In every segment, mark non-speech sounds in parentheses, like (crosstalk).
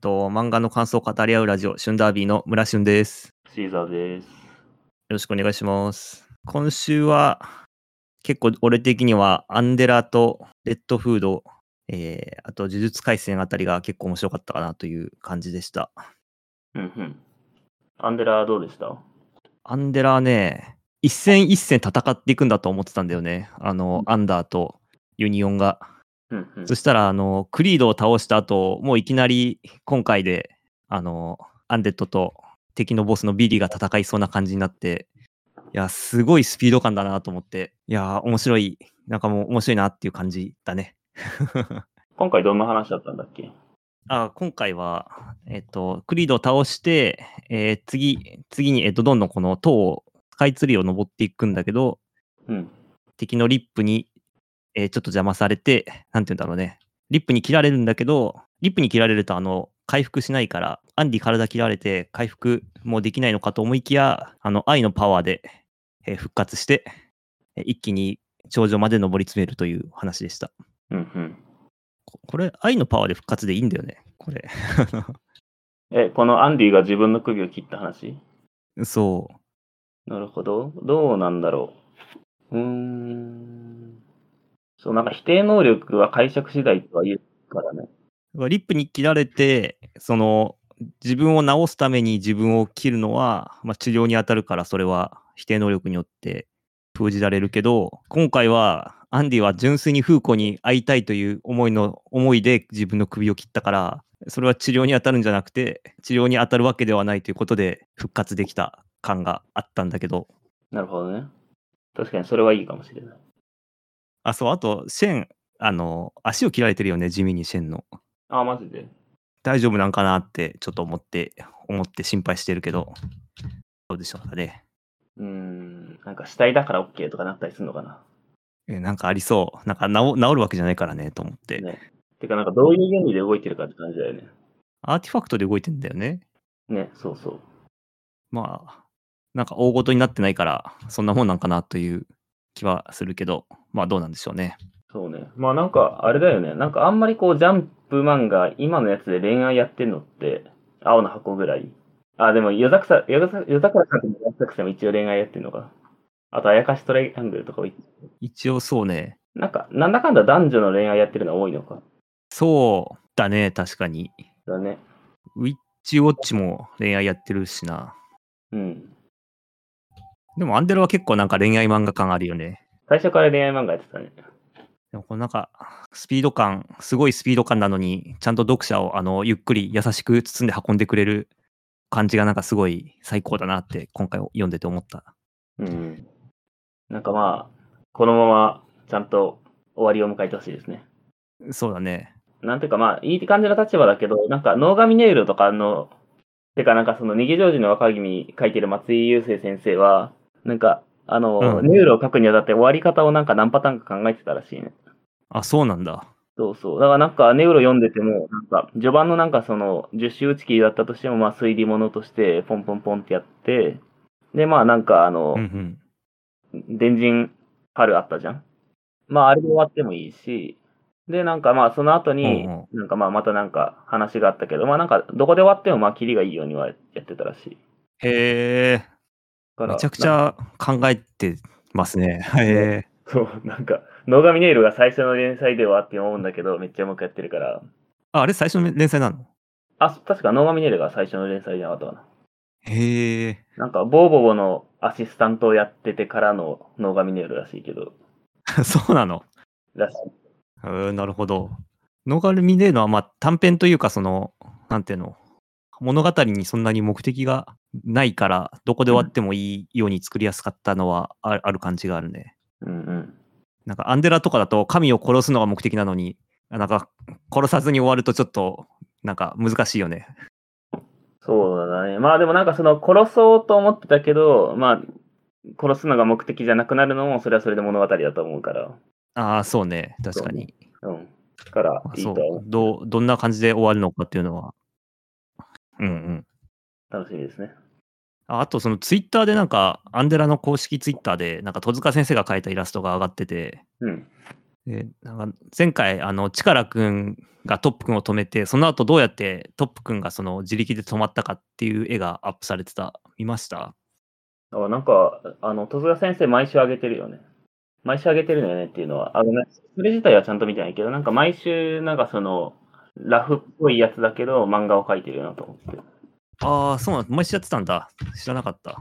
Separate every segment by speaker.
Speaker 1: と、漫画の感想を語り合うラジオ、シュンダービーの村シュンです。よ
Speaker 2: シーザーです。
Speaker 1: ろしくお願いします。今週は、結構俺的には、アンデラとレッドフード、えー、あと呪術廻戦あたりが結構面白かったかなという感じでした。
Speaker 2: うんうん。アンデラはどうでした
Speaker 1: アンデラはね、一戦一戦戦っていくんだと思ってたんだよね。あの、アンダーとユニオンが。
Speaker 2: うんうん
Speaker 1: そしたら、あの、クリードを倒した後、もういきなり今回で、あの、アンデッドと敵のボスのビリーが戦いそうな感じになって、いや、すごいスピード感だなと思って、いや、面白い、なんかもう面白いなっていう感じだね。
Speaker 2: 今回どんな話だったんだっけ
Speaker 1: あ今回は、えっと、クリードを倒して、えー次、次に、えっと、どんどんこの塔を、スカイツリーを登っていくんだけど、
Speaker 2: うん。
Speaker 1: 敵のリップに、えーちょっと邪魔されて、なんて言うんだろうね。リップに切られるんだけど、リップに切られると、あの、回復しないから、アンディ体切られて、回復もうできないのかと思いきや、あの、愛のパワーで、えー復活して、えー一気に頂上まで登り詰めるという話でした。
Speaker 2: うんうん。
Speaker 1: ここれ、愛のパワーで復活でいいんだよね。これ。 (laughs)
Speaker 2: え、このアンディが自分の首を切った話
Speaker 1: そう。
Speaker 2: なるほど。どうなんだろう。うーん。そう、なんか否定能力は解釈次第とは言うからね。
Speaker 1: リップに切られて、その、自分を治すために自分を切るのは、まあ、治療に当たるから、それは否定能力によって封じられるけど、今回は、アンディは純粋にフーコに会いたいという思いの思いで自分の首を切ったから、それは治療に当たるんじゃなくて、治療に当たるわけではないということで、復活できた感があったんだけど、
Speaker 2: なるほどね。確かにそれはいいかもしれない。
Speaker 1: あ、そう、あと、シェン、あの、足を切られてるよね、地味にシェンの。
Speaker 2: あ、マジで。
Speaker 1: 大丈夫なんかなってちょっと思って思って心配してるけどどうでしょうかね
Speaker 2: うーん。なんか死体だから OK とかなったりするのかな。
Speaker 1: えなんかありそうなんか治治るわけじゃないからねと思って、
Speaker 2: ね。てか、なんかどういう原理で動いてるかって感じだよね。
Speaker 1: アーティファクトで動いてんだよね
Speaker 2: ね、そうそう。
Speaker 1: まあなんか大ごとになってないからそんなもんなんかなという気はするけどまあどうなんでしょうね
Speaker 2: そうね。まあなんか、あれだよね。なんかあんまりこう、ジャンプ漫画、今のやつで恋愛やってんのって、青の箱ぐらい。あ、でも、夜桜さん、夜桜夜桜さんと夜桜さんも一応恋愛やってんのか。あと、あやかしトライアングルとかもい、
Speaker 1: 一応そうね
Speaker 2: なんか、なんだかんだ男女の恋愛やってるのは多いのか。
Speaker 1: そうだね確かに
Speaker 2: だね。
Speaker 1: ウィッチウォッチも恋愛やってるしな
Speaker 2: うん。
Speaker 1: でもアンデルは結構なんか恋愛漫画感あるよね
Speaker 2: 最初から恋愛漫画やってたね。
Speaker 1: でもこのなんか、スピード感、すごいスピード感なのに、ちゃんと読者をあのゆっくり優しく包んで運んでくれる感じがなんかすごい最高だなって今回読んでて思った。
Speaker 2: うん。なんかまあ、このまま、ちゃんと終わりを迎えてほしいですね。
Speaker 1: そうだね。
Speaker 2: なんていうかまあ、いい感じの立場だけど、なんか、ノーガミネイルとかの、てかなんかその、逃げ上手の若君書いてる松井雄生先生は、なんか、あの、
Speaker 1: うん
Speaker 2: ネイルを書くにあたって終わり方をなんか何パターンか考えてたらしいね。
Speaker 1: あ、そうなんだ。
Speaker 2: そうそう。だからなんか、ネウロ読んでても、なんか、序盤のなんかその、十周打ち切りだったとしても、まあ、推理物として、ポンポンポンってやって、で、まあなんか、あの、
Speaker 1: うんうん。
Speaker 2: 電人春あったじゃん。まあ、あれで終わってもいいし、で、なんかまあ、その後に、
Speaker 1: うん
Speaker 2: なんかまあ、またなんか話があったけど、まあなんか、どこで終わっても、まあ、キリがいいようにはやってたらしい。
Speaker 1: へえ、
Speaker 2: だから
Speaker 1: めちゃくち。ゃ考えてますね。へえ。
Speaker 2: そう、なんか、ノーガミネイルが最初の連載ではって思うんだけど、めっちゃうまくやってるから、
Speaker 1: ああれ最初の連載なの
Speaker 2: あ、確かノーガミネイルが最初の連載じゃなかったかな。
Speaker 1: へえ。 (laughs)
Speaker 2: なんか、ボーボボのアシスタントをやっててからのノーガミネイルらしいけど、
Speaker 1: そうなの。
Speaker 2: らしい。
Speaker 1: うーんなるほど。ノーガルミネーのはまあ短編というかその、なんていうの、物語にそんなに目的がないから、どこで終わってもいいように作りやすかったのはあある感じがあるね。
Speaker 2: うんうん。
Speaker 1: なんかアンデラとかだと神を殺すのが目的なのに、なんか殺さずに終わるとちょっと、なんか難しいよね。
Speaker 2: そうだね。まあでもなんかその殺そうと思ってたけど、まあ殺すのが目的じゃなくなるのもそれはそれで物語だと思うから。
Speaker 1: ああ、そうね。確かに。
Speaker 2: うん。だから
Speaker 1: まあ
Speaker 2: いい
Speaker 1: そう
Speaker 2: とは思う。
Speaker 1: どう。どんな感じで終わるのかっていうのは。うんうん。
Speaker 2: 楽しみですね。
Speaker 1: ああと、そのツイッターでなんか、アンデラの公式ツイッターで、なんか戸塚先生が描いたイラストが上がってて、
Speaker 2: うん。
Speaker 1: ででなんか前回、あの、チカラくんがトップくんを止めて、その後どうやってトップくんがその自力で止まったかっていう絵がアップされてた。見ました
Speaker 2: あなんか、あの、戸塚先生毎週上げてるよね。毎週上げてるのよねっていうのは、あのね、それ自体はちゃんと見てないけど、なんか毎週、なんかその、ラフっぽいやつだけど、漫画を描いてるよなと思って。
Speaker 1: ああ、そうなん毎週やってたんだ。知らなかった。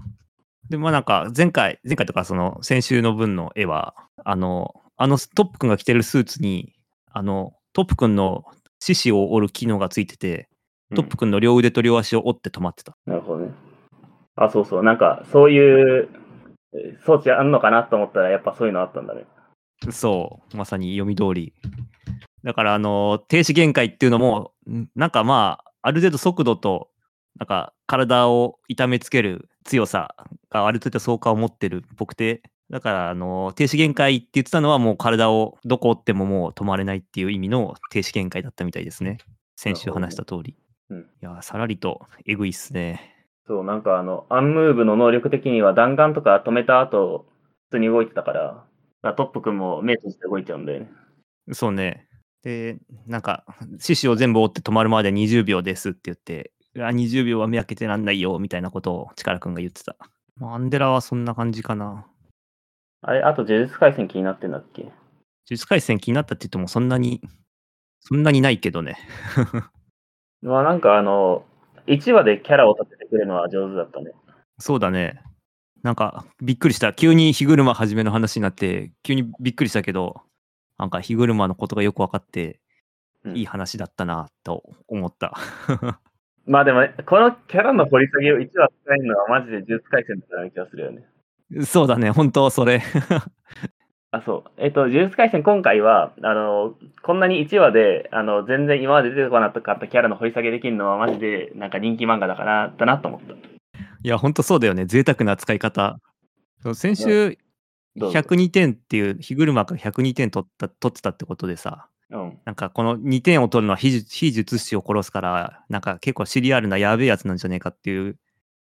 Speaker 1: で、まあなんか、前回、前回とか、その、先週の分の絵は、あの、あのトップくんが着てるスーツに、あの、トップくんの獅子を折る機能がついてて、トップくんの両腕と両足を折って止まってた。
Speaker 2: なるほどね。あ、そうそう。なんか、そういうえー装置あんのかなと思ったら、やっぱそういうのあったんだね。
Speaker 1: そう、まさに読み通り。だから、あの、停止限界っていうのも、んなんかまあ、ある程度速度と、なんか体を痛めつける強さがある程度相関を持ってるっぽくて、だから、あの、停止限界って言ってたのは、もう体をどこ折ってももう止まれないっていう意味の停止限界だったみたいですね。先週話した通り。
Speaker 2: うん
Speaker 1: いやー、さらりとえぐいっすね。
Speaker 2: そう、なんかあの、アンムーブの能力的には弾丸とか止めた後、普通に動いてたから、まあトップ君も目閉じて動いちゃうんだよね。
Speaker 1: そうね。で、なんか、獅子を全部折って止まるまで20秒ですって言って、うわ20秒は目開けてらんないよみたいなことを力くんが言ってた。まあアンデラはそんな感じかな。
Speaker 2: あれ、あと呪術回戦気になってんだっけ
Speaker 1: 呪術廻戦気になったって言ってもそんなに、そんなにないけどね。
Speaker 2: まあなんかあの、1話でキャラを立ててくれるのは上手だったね。
Speaker 1: そうだね。なんか、びっくりした。急に日車はじめの話になって、急にびっくりしたけど、なんか日車のことがよく分かって、
Speaker 2: うん
Speaker 1: いい話だったなと思った。 (laughs)
Speaker 2: まあでも、ね、このキャラの掘り下げを1話使えるのはマジで呪術回戦だったような気がするよね。
Speaker 1: そうだね、本当それ。
Speaker 2: あ、そう。えっと、呪術廻戦今回は、あの、こんなに1話で、あの、全然今まで出てこなかったキャラの掘り下げできるのはマジで、なんか人気漫画だから、だなと思った。
Speaker 1: いや、ほんとそうだよね。贅沢な使い方。そう先週、
Speaker 2: どうぞ
Speaker 1: 102点っていう、日車が102点取った取ってたってことでさ、
Speaker 2: うん。
Speaker 1: なんかこの2点を取るのは非術非術師を殺すから、なんか結構シリアルなやべえやつなんじゃねえかっていう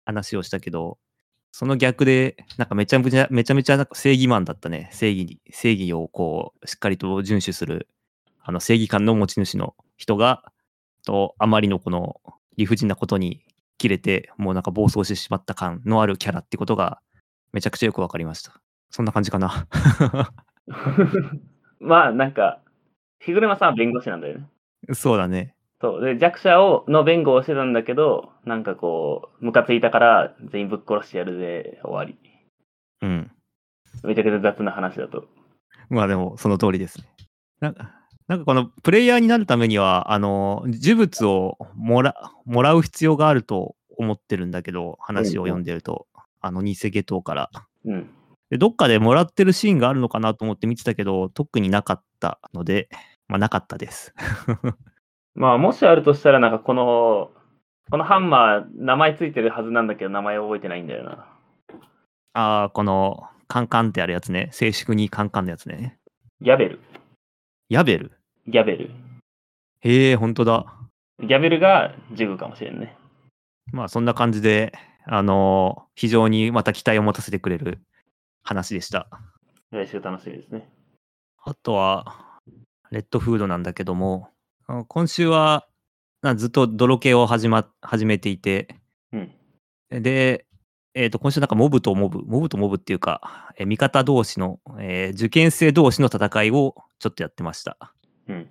Speaker 1: 話をしたけど、その逆で、なんかめちゃめちゃ、めちゃめちゃなんか正義マンだったね。正義に、正義をこう、しっかりと遵守する、あの正義感の持ち主の人が、と、あまりのこの理不尽なことに切れて、もうなんか暴走してしまった感のあるキャラってことが、めちゃくちゃよくわかりました。そんな感じかな。 (laughs)
Speaker 2: (laughs) まあ、なんか、日車さんは弁護士なんだよね。
Speaker 1: そうだね。
Speaker 2: そう。で、弱者を、の弁護をしてたんだけど、なんかこう、ムカついたから、全員ぶっ殺してやるで、終わり。
Speaker 1: うん。
Speaker 2: めちゃくちゃ雑な話だと。
Speaker 1: まあでも、その通りですね。なんか、なんかこのプレイヤーになるためには、あの、呪物をもらもらう必要があると思ってるんだけど、話を読んでると、あの、偽下等から。
Speaker 2: うん。
Speaker 1: で、どっかでもらってるシーンがあるのかなと思って見てたけど、特になかったので、まあなかったです。
Speaker 2: まあ、もしあるとしたら、なんかこの、このハンマー、名前ついてるはずなんだけど、名前覚えてないんだよな。
Speaker 1: ああ、この、カンカンってあるやつね。静粛にカンカンのやつね。
Speaker 2: ギャベル。
Speaker 1: ヤベル。
Speaker 2: ギャベル。
Speaker 1: へえ、ほんとだ。
Speaker 2: ギャベルがジグかもしれんね。
Speaker 1: まあそんな感じで、あの非常にまた期待を持たせてくれる話でした。
Speaker 2: 来週楽しみですね。
Speaker 1: あとは、レッドフードなんだけども、あの今週はなずっと泥系を始,、ま、始めていて、
Speaker 2: うん。
Speaker 1: で、えっと今週なんかモブとモブ、モブとモブっていうか、えー味方同士の、えー受験生同士の戦いをちょっとやってました。
Speaker 2: うん。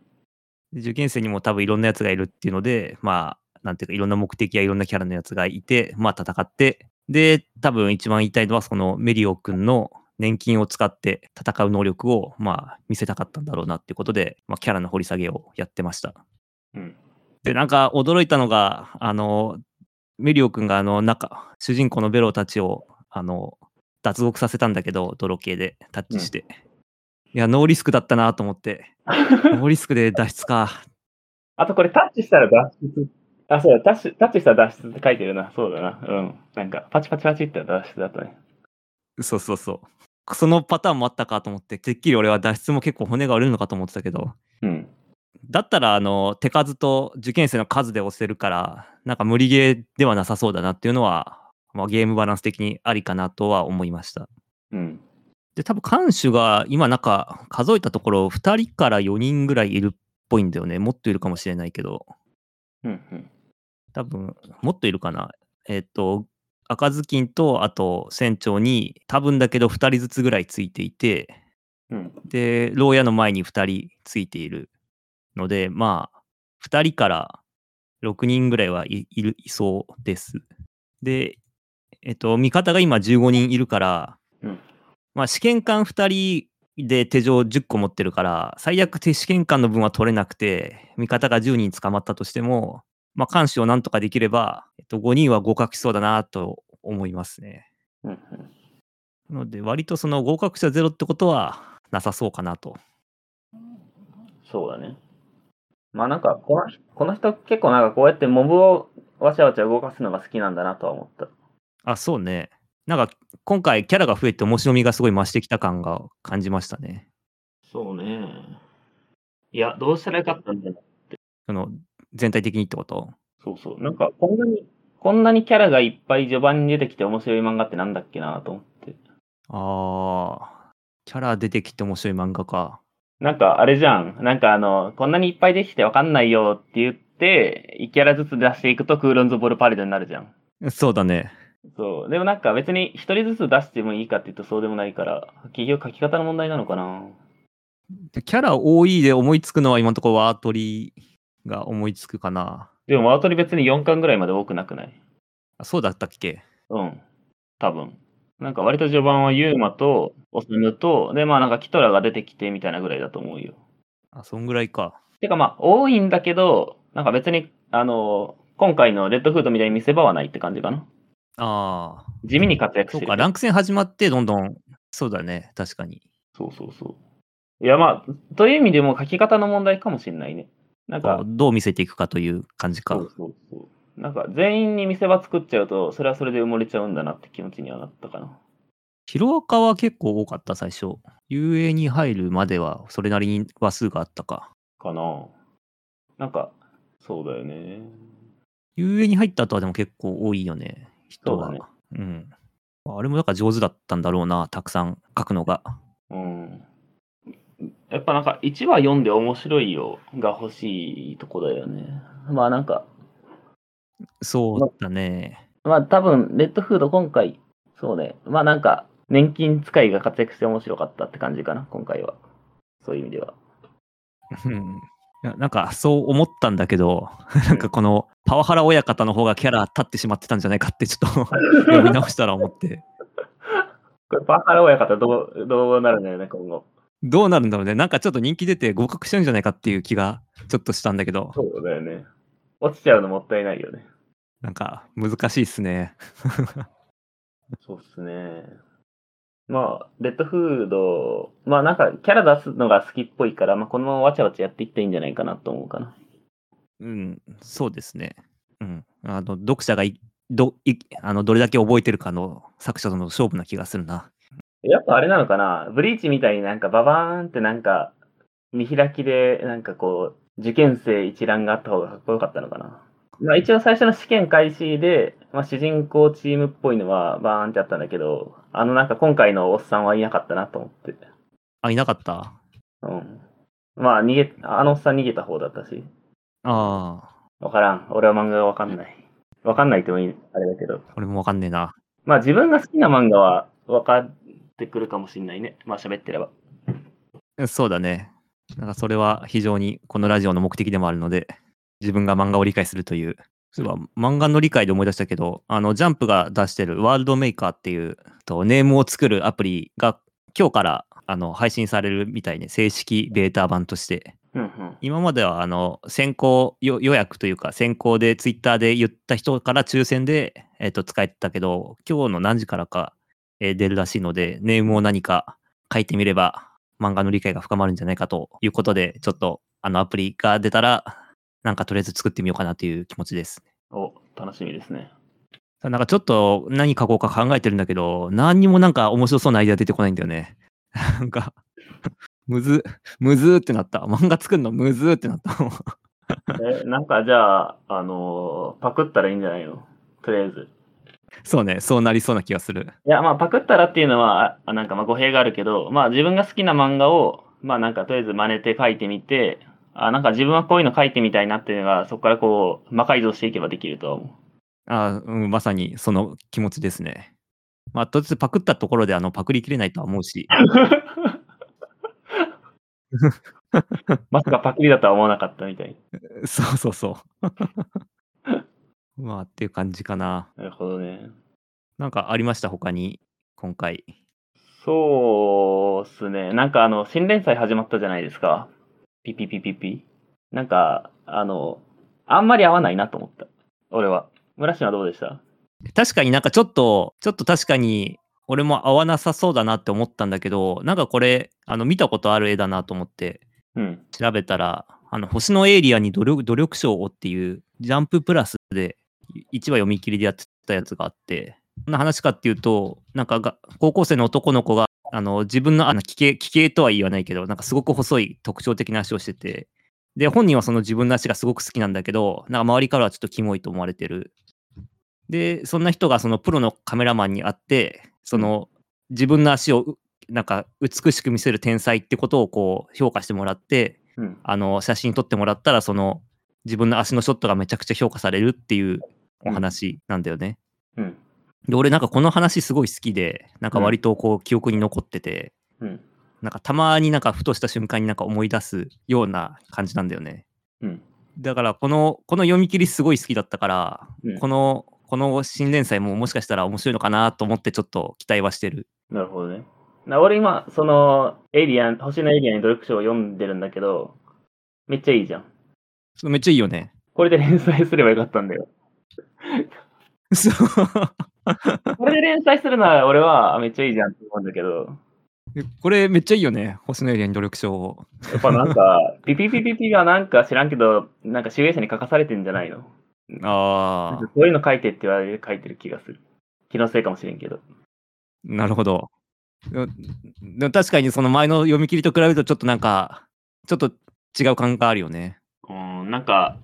Speaker 1: で受験生にも多分いろんなやつがいるっていうので、まあ、なんていうか、いろんな目的やいろんなキャラのやつがいて、まあ戦って、で、多分一番言いたいのは、そのメリオ君の年金を使って戦う能力を、まあ、見せたかったんだろうなっていうことで、まあ、キャラの掘り下げをやってました。
Speaker 2: うん。
Speaker 1: で、なんか驚いたのが、あの、メリオ君が、あの、中、主人公のベロたちを、あの、脱獄させたんだけど、泥系でタッチして。いや、ノーリスクだったなと思って、ノーリスクで脱出か。
Speaker 2: あとこれタッチしたら脱出。あ、そうだ、タッチタッチしたら脱出って書いてるな。そうだな。うん。なんか、パチパチパチって脱出だったね。
Speaker 1: そうそうそう。そのパターンもあったかと思って、てっきり俺は脱出も結構骨が折れるのかと思ってたけど、
Speaker 2: うん。
Speaker 1: だったら、あの、手数と受験生の数で押せるから、なんか無理ゲーではなさそうだなっていうのは、まあ、ゲームバランス的にありかなとは思いました。
Speaker 2: うん。
Speaker 1: で、多分看守が今なんか数えたところ2人から4人ぐらいいるっぽいんだよね。もっといるかもしれないけど、
Speaker 2: うんうん。
Speaker 1: 多分もっといるかな。えっ、と、赤ずきんとあと船長に多分だけど2人ずつぐらいついていて、
Speaker 2: うん。
Speaker 1: で、牢屋の前に2人ついているので、まあ、2人から6人ぐらいはいいるいそうです。で、えっと、味方が今15人いるから、
Speaker 2: うん
Speaker 1: まあ、試験官2人で手錠10個持ってるから、最悪手試験官の分は取れなくて、味方が10人捕まったとしても、まあ、監視をなんとかできれば、えっと、5人は合格しそうだなと思いますね。
Speaker 2: うんうん。
Speaker 1: なので、割とその合格者ゼロってことはなさそうかなと。
Speaker 2: そうだね。まあなんかこの人、この人結構なんかこうやってモブをわちゃわちゃ動かすのが好きなんだなとは思った。
Speaker 1: あ、そうね。なんか今回キャラが増えて面白みがすごい増してきた感が感じましたね。
Speaker 2: そうね。いや、どうしたらよかったんだろう。
Speaker 1: その全体的にってこと
Speaker 2: そうそう。なんかこんなに、こんなにキャラがいっぱい序盤に出てきて面白い漫画ってなんだっけなと思って。
Speaker 1: あー、キャラ出てきて面白い漫画か。
Speaker 2: なんかあれじゃん。なんかあの、こんなにいっぱいできてわかんないよって言って、1キャラずつ出していくとクーロンズ・ボル・パレードになるじゃん。
Speaker 1: そうだね。
Speaker 2: そう。でもなんか別に1人ずつ出してもいいかって言うとそうでもないから、企業書き方の問題なのかな。
Speaker 1: でキャラ多いで思いつくのは今のところワートリーが思いつくかな。
Speaker 2: でもワートリ別に4巻ぐらいまで多くなくない
Speaker 1: あそうだったっけ
Speaker 2: うん。多分。なんか割と序盤はユーマとオサムと、でまあなんかキトラが出てきてみたいなぐらいだと思うよ。
Speaker 1: あ、そんぐらいか。
Speaker 2: てかまあ多いんだけど、なんか別に、あの、今回のレッドフードみたいに見せ場はないって感じかな。
Speaker 1: ああ、
Speaker 2: 地味に活躍し
Speaker 1: そう
Speaker 2: てる。 (laughs)
Speaker 1: か。ランク戦始まってどんどん、そうだね。確かに。
Speaker 2: そうそうそう。いやまあ、という意味でも書き方の問題かもしれないね。なん
Speaker 1: こ
Speaker 2: か
Speaker 1: う、どう見せていくかという感じか
Speaker 2: そ。うそうそう。なんか全員に見せ場作っちゃうと、それはそれで埋もれちゃうんだなって気持ちにはなったかな。
Speaker 1: ヒロアカは結構多かった、最初。遊泳に入るまでは、それなりに話数があったか。
Speaker 2: かな。なんか、そうだよね。
Speaker 1: 遊泳に入った後はでも結構多いよね、人は。
Speaker 2: そう
Speaker 1: うん。あれもだから上手だったんだろうな、たくさん書くのが。
Speaker 2: うん。やっぱなんか、1話読んで面白いよが欲しいとこだよね。まあなんか、
Speaker 1: そうだね。
Speaker 2: まあ多分、レッドフード今回、そうね。まあなんか、年金使いが活躍して面白かったって感じかな、今回は。そういう意味では。
Speaker 1: うんいやなんかそう思ったんだけど、なんかこのパワハラ親方の方がキャラ立ってしまってたんじゃないかってちょっと (laughs) 読み直したら思って。
Speaker 2: これ、パワハラ親方どう、どうなるんだよね、今後。
Speaker 1: どうなるんだろうね。なんかちょっと人気出て合格しちゃうんじゃないかっていう気がちょっとしたんだけど、
Speaker 2: そうだよね。落ちちゃうのもったいないよね。
Speaker 1: なんか難しいっすね。
Speaker 2: そうっすね。まあ、レッドフード、まあなんかキャラ出すのが好きっぽいから、まあこのままわちゃわちゃやっていっていいんじゃないかなと思うかな。
Speaker 1: うん、そうですね。うん、あの読者がいどいあのどれだけ覚えてるかの作者との勝負な気がするな。
Speaker 2: やっぱあれなのかな、ブリーチみたいになんかババーンってなんか、見開きでなんかこう、受験生一覧があった方がかっこよかったのかな。まあ一応最初の試験開始で、まあ主人公チームっぽいのはバーンってあったんだけど、あのなんか今回のおっさんはいなかったなと思って。
Speaker 1: あ、いなかった
Speaker 2: うん。まあ逃げ、あのおっさん逃げた方だったし。
Speaker 1: あ
Speaker 2: わからん。俺は漫画がわかんない。わかんないってもいい、あれだけど。
Speaker 1: あ、俺もわかんねえな。
Speaker 2: まあ自分が好きな漫画はわかってくるかもしんないね。まあ喋ってれば。
Speaker 1: うんそうだね。なんかそれは非常にこのラジオの目的でもあるので、自分が漫画を理解するという。そういえば漫画の理解で思い出したけど、あのジャンプが出してるワールドメーカーっていうとネームを作るアプリが今日からあの配信されるみたいね、正式ベータ版として。
Speaker 2: うんうん。
Speaker 1: 今まではあの先行よ予約というか先行でツイッターで言った人から抽選で、えっと使えてたけど今日の何時からか、えー出るらしいのでネームを何か書いてみれば漫画の理解が深まるんじゃないかということでちょっとあのアプリが出たらなんかとりあえず作ってみようかなという気持ちです。
Speaker 2: お、楽しみですね。
Speaker 1: なんかちょっと何書こうか考えてるんだけど何にもなんか面白そうなアイデア出てこないんだよね。 (laughs) なんかむずむずーってなった漫画作るのむずーってなった。
Speaker 2: え、なんかじゃあ、あのーパクったらいいんじゃないのとりあえず。
Speaker 1: そうね、そうなりそうな気がする。
Speaker 2: いや、まあ、パクったらっていうのは、あなんかまあ語弊があるけど、まあ、自分が好きな漫画を、まあ、なんかとりあえず真似て書いてみて、あなんか自分はこういうの書いてみたいなっていうのが、そこからこう、魔改造していけばできるとは思
Speaker 1: あーうん、まさにその気持ちですね。まあ、とりあえずパクったところであのパクりきれないとは思うし、 (laughs)
Speaker 2: う。まさかパクリだとは思わなかったみたい。
Speaker 1: そうそう (laughs) そう。まあ、っていう感じかな。
Speaker 2: なるほどね。
Speaker 1: なんかありました、他に、今回。
Speaker 2: そうっすね。なんかあの、新連載始まったじゃないですか。ピピピピピ。なんか、あの、あんまり合わないなと思った。俺は。村氏はどうでした
Speaker 1: 確かになんかちょっと、ちょっと確かに、俺も合わなさそうだなって思ったんだけど、なんかこれ、あの、見たことある絵だなと思って
Speaker 2: うん。
Speaker 1: 調べたら、あの、星のエイリアに努力努力賞をっていう、ジャンププラスで1話読み切りでやってたやつがあって、そんな話かっていうと、なんかが高校生の男の子が、あの、自分の、あの、奇形、奇形とは言わないけど、なんかすごく細い特徴的な足をしてて、で、本人はその自分の足がすごく好きなんだけど、なんか周りからはちょっとキモいと思われてるで、そんな人がそのプロのカメラマンに会って、その自分の足をうなんか美しく見せる天才ってことをこう評価してもらって、
Speaker 2: うん。
Speaker 1: あの写真撮ってもらったら、その自分の足のショットがめちゃくちゃ評価されるっていうお話なんだよね。
Speaker 2: うん。
Speaker 1: で、俺なんかこの話すごい好きで、なんか割とこう記憶に残ってて、
Speaker 2: うん。
Speaker 1: なんかたまになんかふとした瞬間になんか思い出すような感じなんだよね。
Speaker 2: うん。
Speaker 1: だからこのこの読み切りすごい好きだったから、
Speaker 2: うん
Speaker 1: このこの新連載ももしかしたら面白いのかなと思ってちょっと期待はしてる。
Speaker 2: なるほどね。な俺今、その、エイリアン、星のエイリアンに努力書を読んでるんだけど、めっちゃいいじゃん。
Speaker 1: そうめっちゃいいよ
Speaker 2: (laughs)
Speaker 1: ね。
Speaker 2: これで連載すればよかったんだよ。
Speaker 1: そう
Speaker 2: これで連載するなら俺は、あめっちゃいいじゃんって思うんだけど、
Speaker 1: これめっちゃいいよね。星野エリアに努力賞を。
Speaker 2: やっぱなんか、 (laughs) ピピピピピがなんか知らんけど、なんか集英社に書かされてんじゃないのなん
Speaker 1: あ
Speaker 2: か
Speaker 1: あ、
Speaker 2: そういうの書いてって言われて書いてる気がする。気のせいかもしれんけど。
Speaker 1: なるほど。ででも確かにその前の読み切りと比べるとちょっとなんかちょっと違う感があるよね。
Speaker 2: うん、なんか、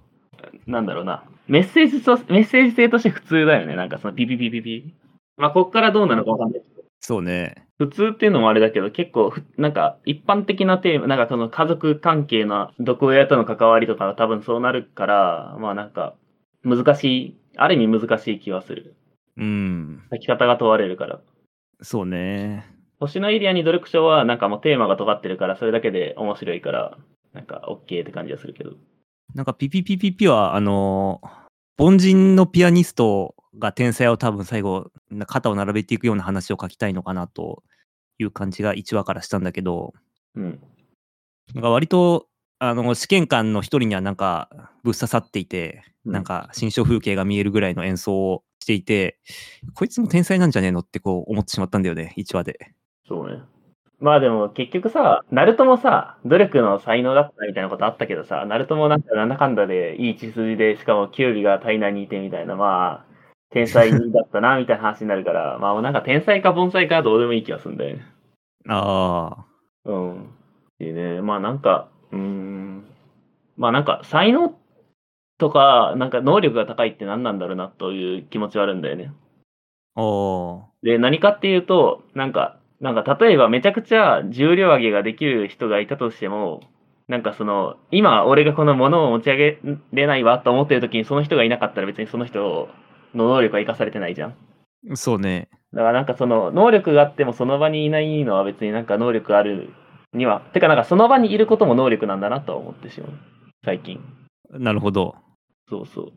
Speaker 2: なんだろうな。メッセージと、メッセージ性として普通だよね。なんかそのピピピピピ。まあ、こっからどうなのかわかんないけど。
Speaker 1: そうね。
Speaker 2: 普通っていうのもあれだけど、結構ふ、なんか、一般的なテーマ、なんかその家族関係の毒親との関わりとかは多分そうなるから、まあなんか、難しい、ある意味難しい気はする。
Speaker 1: うん。
Speaker 2: 書き方が問われるから。
Speaker 1: そうね。
Speaker 2: 星のエリアに努力書は、なんかもうテーマが尖ってるから、それだけで面白いから、なんか、OK って感じがするけど。
Speaker 1: なんかピピピピピは、あのー凡人のピアニストが天才を多分最後、な肩を並べていくような話を書きたいのかなという感じが1話からしたんだけど、
Speaker 2: うん。
Speaker 1: なんか割と、あの、試験官の一人にはなんかぶっ刺さっていて、
Speaker 2: うん
Speaker 1: なんか新象風景が見えるぐらいの演奏をしていて、こいつも天才なんじゃねえのってこう思ってしまったんだよね、1話で。
Speaker 2: そうね。まあでも結局さ、ナルトもさ、努力の才能だったみたいなことあったけどさ、ナルトもなんかなんだかんだでいい血筋で、しかもキュウリが体内にいてみたいな、まあ、天才だったなみたいな話になるから、まあなんか天才か盆栽かどうでもいい気がするんだよね。
Speaker 1: ああ、
Speaker 2: うん。いいね。まあなんか、うーん。まあなんか才能とか、なんか能力が高いって何なんだろうなという気持ちはあるんだよね。
Speaker 1: おー
Speaker 2: で、何かっていうと、なんか、なんか例えばめちゃくちゃ重量上げができる人がいたとしても、なんかその、今俺がこの物を持ち上げれないわと思ってる時にその人がいなかったら別にその人の能力は生かされてないじゃん。
Speaker 1: そうね。
Speaker 2: だからなんかその、能力があってもその場にいないのは別になんか能力あるには、てかなんかその場にいることも能力なんだなとは思ってしまう。最近。
Speaker 1: なるほど。
Speaker 2: そうそう。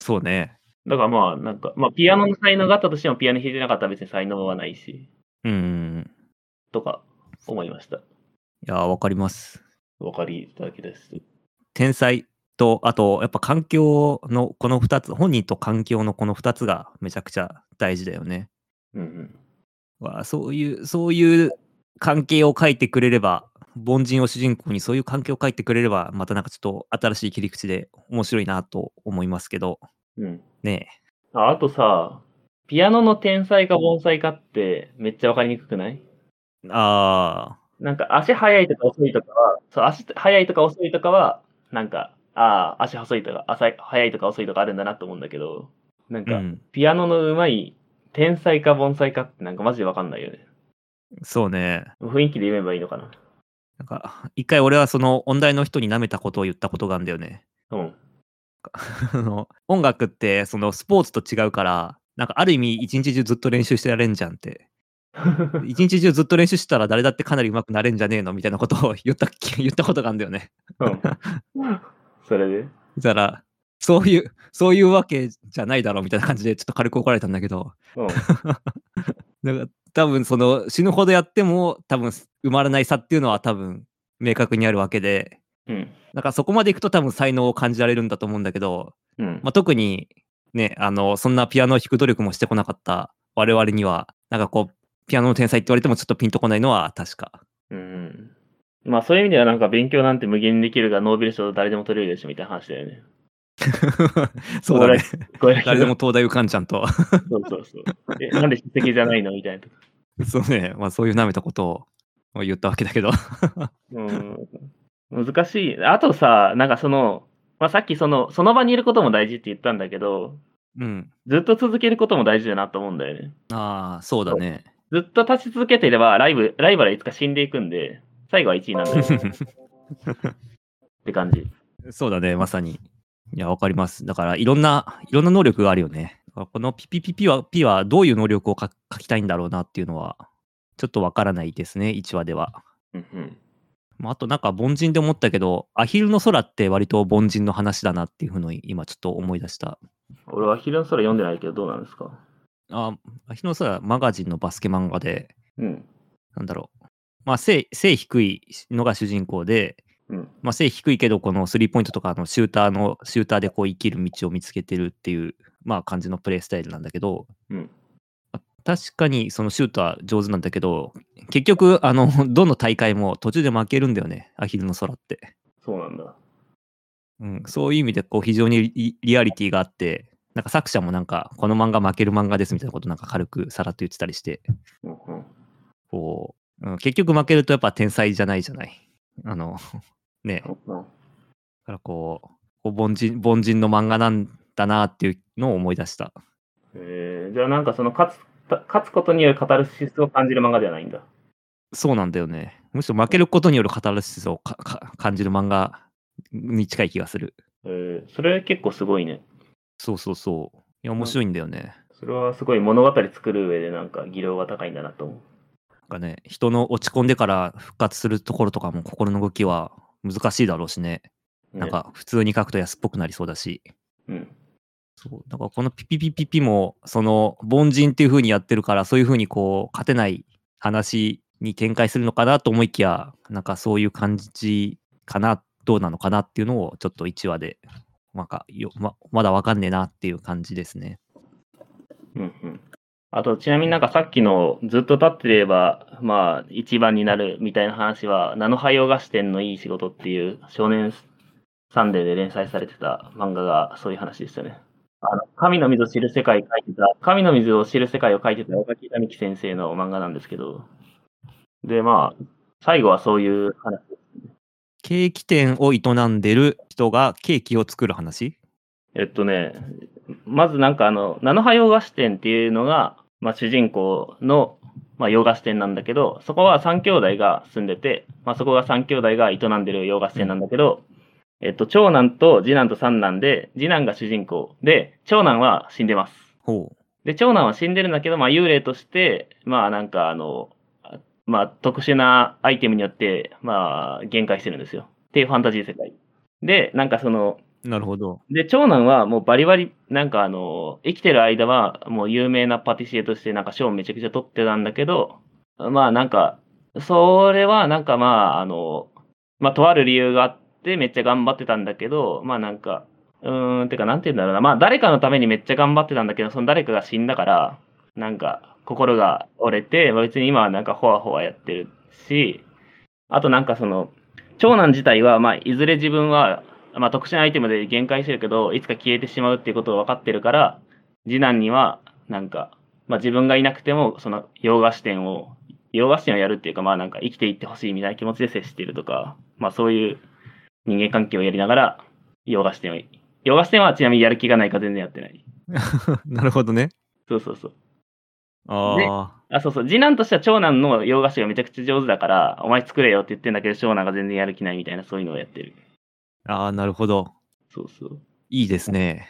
Speaker 1: そうね。
Speaker 2: だからまあなんか、まあピアノの才能があったとしてもピアノ弾いてなかったら別に才能はないし、
Speaker 1: うん。
Speaker 2: とか思いました。
Speaker 1: いやー、わかります。
Speaker 2: お分かりいただきです。
Speaker 1: 天才とあとやっぱ環境のこの2つ本人と環境のこの2つがめちゃくちゃ大事だよね。
Speaker 2: うんうん。
Speaker 1: わあそういうそういう関係を書いてくれれば凡人を主人公にそういう関係を書いてくれればまたなんかちょっと新しい切り口で面白いなと思いますけど
Speaker 2: うん、
Speaker 1: ねえ
Speaker 2: ああとさ、ピアノの天才か盆栽かってめっちゃわかりにくくない
Speaker 1: あ
Speaker 2: なんか足速いとか遅いとかは、そう足速いとか遅いとかは、なんか、ああ、足細いとか、浅い速いとか遅いとかあるんだなと思うんだけど、なん
Speaker 1: ーう
Speaker 2: か、
Speaker 1: ん
Speaker 2: ピアノの上手い天才か盆栽かってなんかマジでわかんないよね。
Speaker 1: そうね。
Speaker 2: 雰囲気で言えばいいのかな。
Speaker 1: なんか、一回俺はその音大の人に舐めたことを言ったことがあるんだよね。 (laughs)
Speaker 2: うん。
Speaker 1: あの音楽ってそのスポーツと違うから、なんかある意味一日中ずっと練習してられんじゃんっ
Speaker 2: (laughs)
Speaker 1: て。一日中ずっと練習してたら誰だってかなり上手くなれんじゃねえのみたいなことを言ったっけ言ったことがあるんだよね。 (laughs)
Speaker 2: うん。それで
Speaker 1: そしたら、そういう、そういうわけじゃないだろうみたいな感じでちょっと軽く怒られたんだけど、 (laughs)
Speaker 2: うん。
Speaker 1: だから多分その死ぬほどやっても多分埋まらない差っていうのは多分明確にあるわけで、
Speaker 2: うん。
Speaker 1: なんかそこまでいくと多分才能を感じられるんだと思うんだけど、
Speaker 2: うん。
Speaker 1: まあ、特にね、あの、そんなピアノを弾く努力もしてこなかった我々には、なんかこう、ピアノの天才って言われてもちょっとピンとこないのは確か。 (laughs)
Speaker 2: うん。まあそういう意味ではなんか勉強なんて無限にできるがノーベル賞誰でも取れるでしょみたいな話だよね。
Speaker 1: そうだね。
Speaker 2: これだけ
Speaker 1: 誰でも東大受かんちゃんと。(laughs)
Speaker 2: (laughs) そうそうそう。え、なんで出席じゃないのみたいな。
Speaker 1: そうね。まあそういう舐めたことを言ったわけだけど。
Speaker 2: うん。難しい。あとさ、なんかその、まあさっきその、その場にいることも大事って言ったんだけど、
Speaker 1: うん。
Speaker 2: ずっと続けることも大事だなと思うんだよね。
Speaker 1: ああ、そうだね。
Speaker 2: ずっと立ち続けていれば、ライブ、ライバルはいつか死んでいくんで、最後は1位なん (laughs) だよって感じ。
Speaker 1: そうだね、まさに。いや、わかります。だから、いろんな、いろんな能力があるよね。だからこのピピピピは、ピはどういう能力を書書きたいんだろうなっていうのは、ちょっとわからないですね、1話では。
Speaker 2: うんうん。
Speaker 1: まあ、あとなんか凡人で思ったけど、アヒルの空って割と凡人の話だなっていうふうに今ちょっと思い出した。
Speaker 2: 俺は昼の空読んでないけど、どうなんですか
Speaker 1: あアヒルの空はマガジンのバスケ漫画で、
Speaker 2: うん。
Speaker 1: なんだろう。まあ背、背低いのが主人公で、
Speaker 2: うん。
Speaker 1: まあ、背低いけど、このスリーポイントとかのシューターの、シューターでこう生きる道を見つけてるっていう、まあ、感じのプレイスタイルなんだけど、
Speaker 2: うん
Speaker 1: まあ確かにそのシューター上手なんだけど、結局、あの、 (laughs) どの大会も途中で負けるんだよね、アヒルの空って。
Speaker 2: そうなんだ。
Speaker 1: うん、そういう意味でこう非常にリリアリティがあって、なんか作者もなんかこの漫画負ける漫画ですみたいなことなんか軽くさらっと言ってたりして、
Speaker 2: うんうん。
Speaker 1: こう、うん、結局負けるとやっぱ天才じゃないじゃない。あの、ね、だ
Speaker 2: うん
Speaker 1: からこう、こう凡人、凡人の漫画なんだなっていうのを思い出した。
Speaker 2: えー、じゃあなんかその勝つ勝つことによるカタルシスを感じる漫画ではないんだ。
Speaker 1: そうなんだよね。むしろ負けることによるカタルシスをかか感じる漫画に近い気がする。
Speaker 2: えー、それ結構すごいね。
Speaker 1: そうそうそう。いや、面白いんだよね。
Speaker 2: それはすごい物語作る上でなんか技量が高いんだなと思う。
Speaker 1: なんかね、人の落ち込んでから復活するところとかも心の動きは難しいだろうしね。
Speaker 2: ね
Speaker 1: なん、か普通に書くと安っぽくなりそうだし。
Speaker 2: うん。
Speaker 1: そう。だからこのピピピピピも、その凡人っていう風にやってるから、そういう風にこう、勝てない話に展開するのかなと思いきや、なんかそういう感じかな、どうなのかなっていうのをちょっと1話で、なんかよままだわかんねえなっていう感じですね。
Speaker 2: うんうん。あと、ちなみになんかさっきのずっと立ってれば、まあ、一番になるみたいな話は、ナノハイオガシ店のいい仕事っていう少年サンデーで連載されてた漫画がそういう話でしたね。あの、神の水を知る世界を書いてた、神の水を知る世界を書いてた岡木並木先生の漫画なんですけど、で、まあ、最後はそういう話。
Speaker 1: ケーキ店を営んでる人がケーキを作る話
Speaker 2: えっとね、まずなんかあの、菜の葉洋菓子店っていうのが、まあ、主人公の、まあ、洋菓子店なんだけど、そこは三兄弟が住んでて、まあ、そこが三兄弟が営んでる洋菓子店なんだけど、えっと、長男と次男と三男で、次男が主人公で、長男は死んでます。
Speaker 1: ほう。
Speaker 2: で、長男は死んでるんだけど、まあ、幽霊として、まあ、なんかあの、あまあ、特殊なアイテムによって、まあ、限界してるんですよ。っていうファンタジー世界。で、なんかその、
Speaker 1: なるほど。
Speaker 2: で、長男はもうバリバリ、なんかあの、生きてる間はもう有名なパティシエとしてなんか賞をめちゃくちゃ取ってたんだけど、まあなんか、それはなんかまああの、まあとある理由があってめっちゃ頑張ってたんだけど、まあなんか、うーん、てかなんて言うんだろうな、まあ誰かのためにめっちゃ頑張ってたんだけど、その誰かが死んだから、なんか心が折れて、まあ別に今はなんかホワホワやってるし、あとなんかその、長男自体は、まあ、いずれ自分は、まあ、特殊なアイテムで限界してるけど、いつか消えてしまうっていうことを分かってるから、次男には、なんか、まあ、自分がいなくても、その、洋菓子店を、洋菓子店をやるっていうか、まあ、なんか、生きていってほしいみたいな気持ちで接してるとか、まあ、そういう人間関係をやりながら、洋菓子店を、洋菓子店はちなみにやる気がないか全然やってない。
Speaker 1: (laughs) なるほどね。
Speaker 2: そうそうそう。
Speaker 1: あ
Speaker 2: あ、そうそう。次男としては長男の洋菓子がめちゃくちゃ上手だから、お前作れよって言ってんだけど、長男が全然やる気ないみたいな、そういうのをやってる。
Speaker 1: あ、ああ、なるほど。
Speaker 2: そうそう。
Speaker 1: いいですね。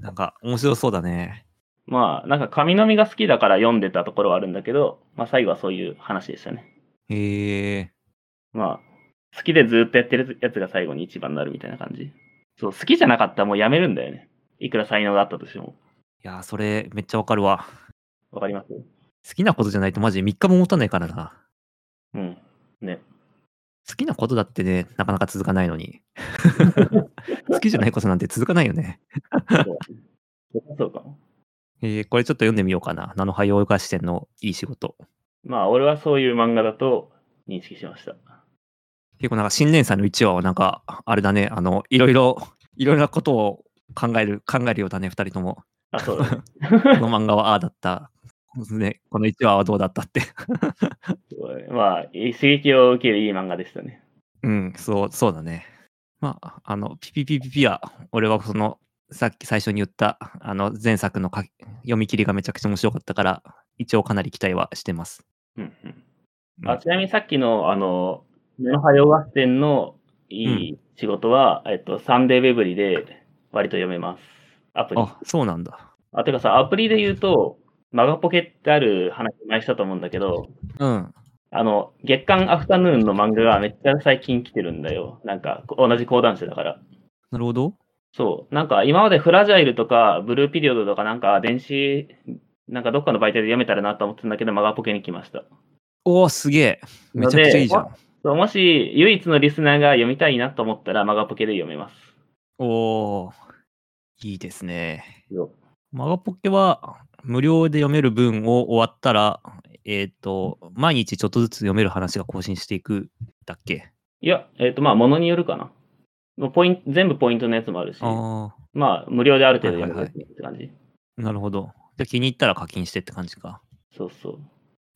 Speaker 1: なんか、面白そうだね。
Speaker 2: まあ、なんか神の実が好きだから読んでたところはあるんだけど、まあ最後はそういう話でしたね。
Speaker 1: へえ。
Speaker 2: まあ、好きでずっとやってるやつが最後に一番になるみたいな感じ。そう、好きじゃなかったらもうやめるんだよね。いくら才能があったとしても。
Speaker 1: いやー、それ、めっちゃわかるわ。
Speaker 2: わかります
Speaker 1: 好きなことじゃないとマジ3日も持たないからな。
Speaker 2: うん。ね。
Speaker 1: 好きなことだってね、なかなか続かないのに。 (laughs) 好きじゃないことなんて続かないよね。
Speaker 2: そうそうかも。
Speaker 1: えー、これちょっと読んでみようかな。菜の葉洋菓子店のいい仕事。
Speaker 2: まあ、俺はそういう漫画だと認識しました。
Speaker 1: 結構なんか新年祭の1話はなんか、あれだね、あの、いろいろ、いろいろなことを考える、考えるようだね、2人とも。
Speaker 2: あ、そうだ、ね。
Speaker 1: この漫画はああだった。ね、この1話はどうだったって。
Speaker 2: すごいまあ、いい刺激を受けるいい漫画でしたね。
Speaker 1: うん、そう、そうだね。まあ、あの、ピピピピピは、俺はその、さっき最初に言った、あの、前作のか読み切りがめちゃくちゃ面白かったから、一応かなり期待はしてます。
Speaker 2: うんうん。
Speaker 1: うん
Speaker 2: あちなみにさっきの、あの、目の早合戦のいい仕事は、えっと、サンデーウェブリで割と読めます。アプリ。
Speaker 1: あ、そうなんだ。
Speaker 2: あ、てかさ、アプリで言うと、マガポケってある話前したと思うんだけど、
Speaker 1: うん。
Speaker 2: あの、月刊アフタヌーンの漫画がめっちゃ最近来てるんだよ。なんか、同じ講談社だから。
Speaker 1: なるほど。
Speaker 2: そう。なんか今までフラジャイルとかブルーピリオドとかなんか電子、なんかどっかの媒体で読めたらなと思ってたんだけど、マガポケに来ました。
Speaker 1: おお、すげえ。めちゃくちゃいいじゃ
Speaker 2: の
Speaker 1: ん。
Speaker 2: そうもし唯一のリスナーが読みたいなと思ったらマガポケで読めます。
Speaker 1: おおー、いいですね。
Speaker 2: よ
Speaker 1: マガポケは無料で読める分を終わったら、えっ、と、毎日ちょっとずつ読める話が更新していくだっけ。
Speaker 2: いや、えっ、とまあ、ものによるかな。もうポイン全部ポイントのやつもあるし、
Speaker 1: あ
Speaker 2: まあ、無料である程度読めるって感じ。
Speaker 1: あ、なるほど。じゃあ気に入ったら課金してって感じか。
Speaker 2: そうそう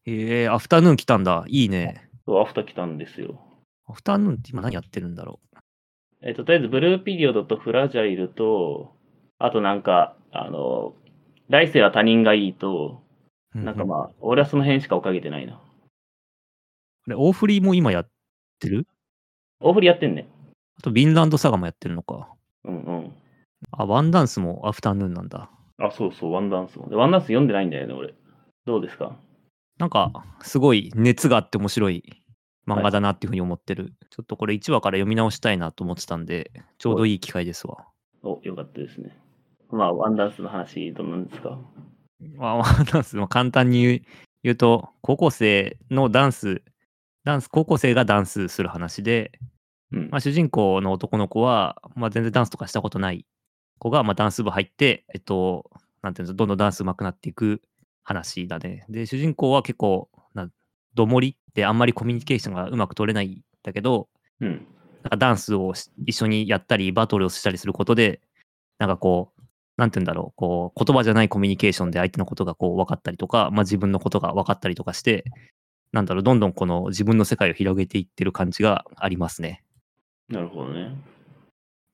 Speaker 1: ええアフタヌーン来たんだ。いいね。
Speaker 2: そう。アフタ来たんですよ。
Speaker 1: アフタヌーンって今何やってるんだろ
Speaker 2: えっ、と、とりあえずブルーピリオドとフラジャイルと、あとなんか、あの、来世は他人がいいと、
Speaker 1: う。
Speaker 2: なんか
Speaker 1: あ。
Speaker 2: まあ、俺はその辺しか追っかけてないな。
Speaker 1: あれ、大振りも今やってる
Speaker 2: 大振りやってんね。
Speaker 1: あと、ヴィンランドサガもやってるのか。
Speaker 2: うんうん。
Speaker 1: あ、ワンダンスもアフタヌーンなんだ。
Speaker 2: あ、そうそう、ワンダンスも。でワンダンス読んでないんだよね、俺。どうですか
Speaker 1: なんか、すごい熱があって面白い漫画だなっていうふうに思ってる。ちょっとこれ1話から読み直したいなと思ってたんで、ちょうどいい機会ですわ。
Speaker 2: お、よかったですね。まあ、ワンダンスの話、どうなんですか (laughs)
Speaker 1: まあ、まあダンスも簡単に言う言うと、高校生のダンス、ダンス、高校生がダンスする話で、
Speaker 2: うん。
Speaker 1: まあ、主人公の男の子は、まあ、全然ダンスとかしたことない子が、まあ、ダンス部入って、えっと、なんていうの、どんどんダンス上手くなっていく話だね。で、主人公は結構、などもりってあんまりコミュニケーションがうまく取れないんだけど、
Speaker 2: うん。
Speaker 1: なんかダンスをし一緒にやったり、バトルをしたりすることで、なんかこう、なんて言うんだろう、こう、言葉じゃないコミュニケーションで相手のことがこう分かったりとか、まあ自分のことが分かったりとかして、なんだろう、どんどんこの自分の世界を広げていってる感じがありますね。
Speaker 2: なるほどね。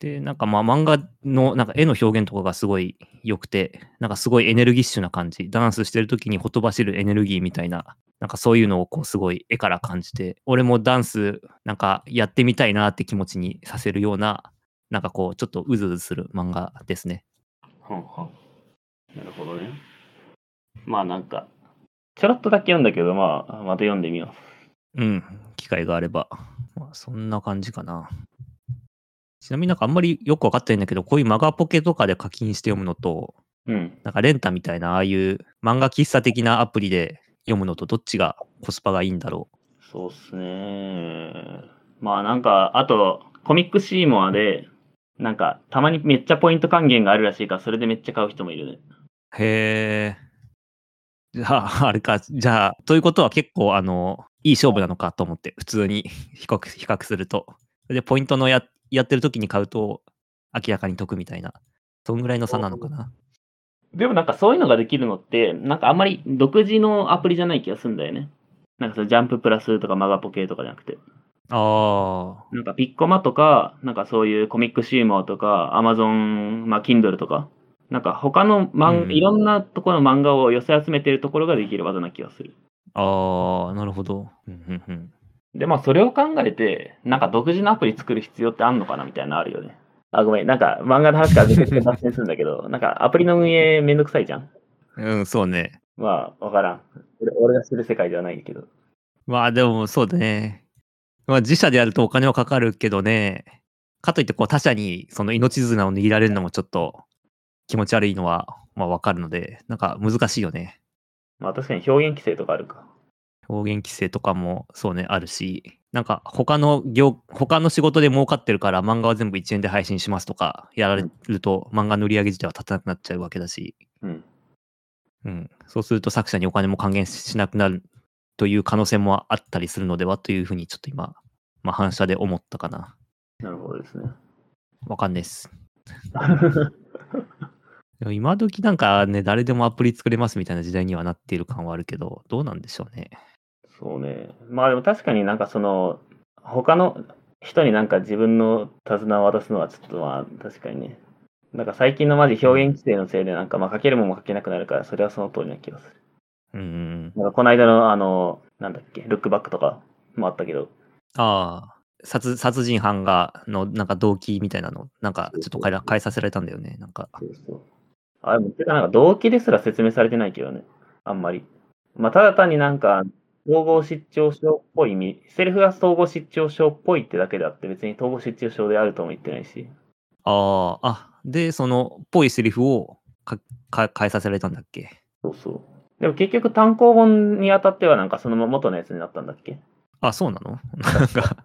Speaker 1: で、なんかまあ漫画のなんか絵の表現とかがすごい良くて、なんかすごいエネルギッシュな感じ、ダンスしてる時にほとばしるエネルギーみたいな、なんかそういうのをこうすごい絵から感じて、俺もダンスなんかやってみたいなって気持ちにさせるような、なんかこうちょっとうずうずする漫画ですね。
Speaker 2: はんはん。なるほどね。まあ、なんか、ちょろっとだけ読んだけど、まあ、また読んでみます。
Speaker 1: うん、機会があれば。まあそんな感じかな。ちなみになんかあんまりよくわかってないんだけど、こういうマガポケとかで課金して読むのと、
Speaker 2: うん。
Speaker 1: なんかレンタみたいな、ああいう漫画喫茶的なアプリで読むのとどっちがコスパがいいんだろ
Speaker 2: そうっすね。まあ、なんか、あと、コミックシーモアで、なんか、たまにめっちゃポイント還元があるらしいから、それでめっちゃ買う人もいるね。
Speaker 1: う。へえ。じゃあ、あれか、じゃあ、ということは結構、あの、いい勝負なのかと思って、普通に比較比較すると。で、ポイントのややってる時に買うと、明らかに得みたいな。そんぐらいの差なのかな。
Speaker 2: でもなんかそういうのができるのって、なんかあんまり独自のアプリじゃない気がするんだよね。なんかそのジャンププラスとかマガポケとかじゃなくて。
Speaker 1: ああ。
Speaker 2: なんかピッコマとか、なんかそういうコミックシーモアとか、アマゾン、まあ Kindle とか、なんか他の漫
Speaker 1: うん
Speaker 2: いろんなところの漫画を寄せ集めてるところができる技な気がする。
Speaker 1: ああ、なるほど。うんうんうん
Speaker 2: で、まあそれを考えて、なんか独自のアプリ作る必要ってあんのかなみたいなのあるよね。あ、ごめん、なんか漫画の話から全然脱線するんだけど、 (laughs) なんかアプリの運営めんどくさいじゃん。
Speaker 1: うん、そうね。
Speaker 2: まあ、わからん。俺俺が知る世界ではないけど。
Speaker 1: まあでもそうだね。まあ自社でやるとお金はかかるけどね。かといってこう他社にその命綱を握られるのもちょっと気持ち悪いのはまあわかるので、なんか難しいよね。
Speaker 2: まあ確かに表現規制とかあるか。
Speaker 1: 表現規制とかもそうね、あるし、なんか他の業、他の仕事で儲かってるから漫画は全部1円で配信しますとかやられると漫画の売り上げ自体は立たなくなっちゃうわけだし、
Speaker 2: うん。
Speaker 1: うん。そうすると作者にお金も還元しなくなるという可能性もあったりするのではというふうにちょっと今、まあ反射で思ったかな。
Speaker 2: なるほど (laughs) ですね。
Speaker 1: わかんないです。でも今時なんかね、誰でもアプリ作れますみたいな時代にはなっている感はあるけど、どうなんでしょうね。
Speaker 2: そうね。まあでも確かになんかその、他の人になんか自分の手綱を渡すのはちょっとまあ確かにね。なんか最近のマジ表現規制のせいでなんかまあ書けるもんも書けなくなるから、それはその通りな気がする。
Speaker 1: うんうんうん。
Speaker 2: なんかこの間のあの、なんだっけ、ルックバックとかもあったけど、
Speaker 1: ああ、殺殺人犯が、のなんか動機みたいなの、なんかちょっと変えら変えさせられたんだよね。なんか、
Speaker 2: そうそう。あ、でも、てか、なんか動機ですら説明されてないけどね。あんまり。まあ、ただ単になんか、統合失調症っぽい意味、セルフが統合失調症っぽいってだけであって、別に統合失調症であるとも言ってないし。
Speaker 1: ああ、あ、で、その、ぽいセリフをかか変えさせられたんだっけ。
Speaker 2: そうそう。でも結局単行本にあたってはなんかそのまま元のやつになったんだっけ
Speaker 1: あ、そうなの (laughs) なんか、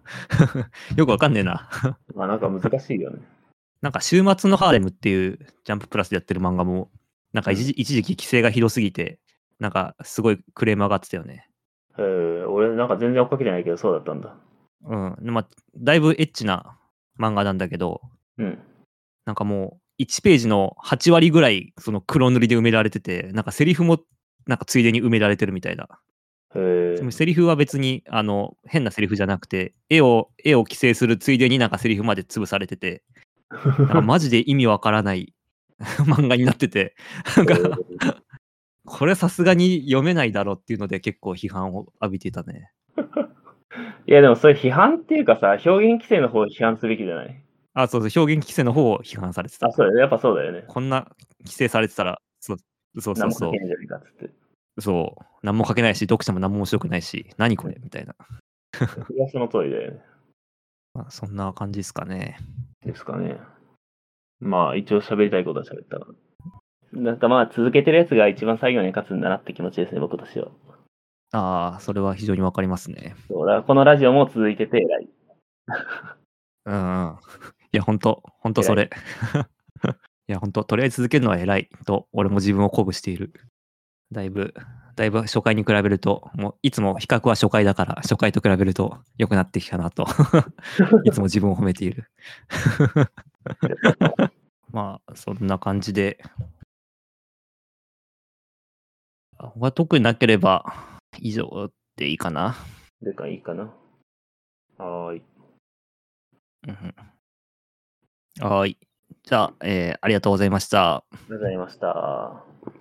Speaker 1: よくわかんねえな。
Speaker 2: まあなんか難しいよね。
Speaker 1: なんか、週末のハーレムっていうジャンププラスでやってる漫画も、なんか一時一時期規制がひどすぎて、なんかすごいクレーム上がってたよね。
Speaker 2: えー、俺なんか全然追っかけてないけどそうだったんだ。
Speaker 1: うん。まあ、だいぶエッチな漫画なんだけど、
Speaker 2: うん。
Speaker 1: なんかもう、1ページの8割ぐらい、その黒塗りで埋められてて、なんかセリフも、なんかついでに埋められてるみたいな。
Speaker 2: えー
Speaker 1: でもセリフは別に、あの、変なセリフじゃなくて、絵を、絵を規制するついでになんかセリフまで潰されてて、なんかマジで意味わからない (laughs) 漫画になってて、なんか、これさすがに読めないだろうっていうので結構批判を浴びてたね。
Speaker 2: いやでもそれ批判っていうかさ、表現規制の方を批判すべきじゃない
Speaker 1: あ、そうそう、表現規制の方を批判されてた
Speaker 2: あ、。そうだよね。やっぱそうだよね。
Speaker 1: こんな規制されてたら、そうそうそう
Speaker 2: 何も
Speaker 1: そ
Speaker 2: 書
Speaker 1: う
Speaker 2: けないんじゃないかっつって。
Speaker 1: そう、何も書けないし、読者も何も面白くないし、何これみたいな、
Speaker 2: それはその通りだよね。
Speaker 1: まあ、そんな感じですかね。
Speaker 2: ですかね。まあ一応喋りたいことは喋ったな。なんかまあ続けてるやつが一番最後に勝つんだなって気持ちですね、僕としては。
Speaker 1: ああ、それは非常にわかりますね。
Speaker 2: そうだからこのラジオも続いてて偉い。
Speaker 1: うんうん。 (laughs) いや、ほんと、ほんとそれ。 (laughs) いや、ほんと、とりあえず続けるのは偉いと、俺も自分を鼓舞している。だいぶ、だいぶ初回に比べると、もういつも比較は初回だから、初回と比べると良くなってきたなと、 (laughs) いつも自分を褒めている。まあ、そんな感じで。他特になければ、以上でいいかな。
Speaker 2: でかいいかな。はーい。
Speaker 1: うんうんはーい。じゃあ、えーありがとうございました。
Speaker 2: ありがとうございました。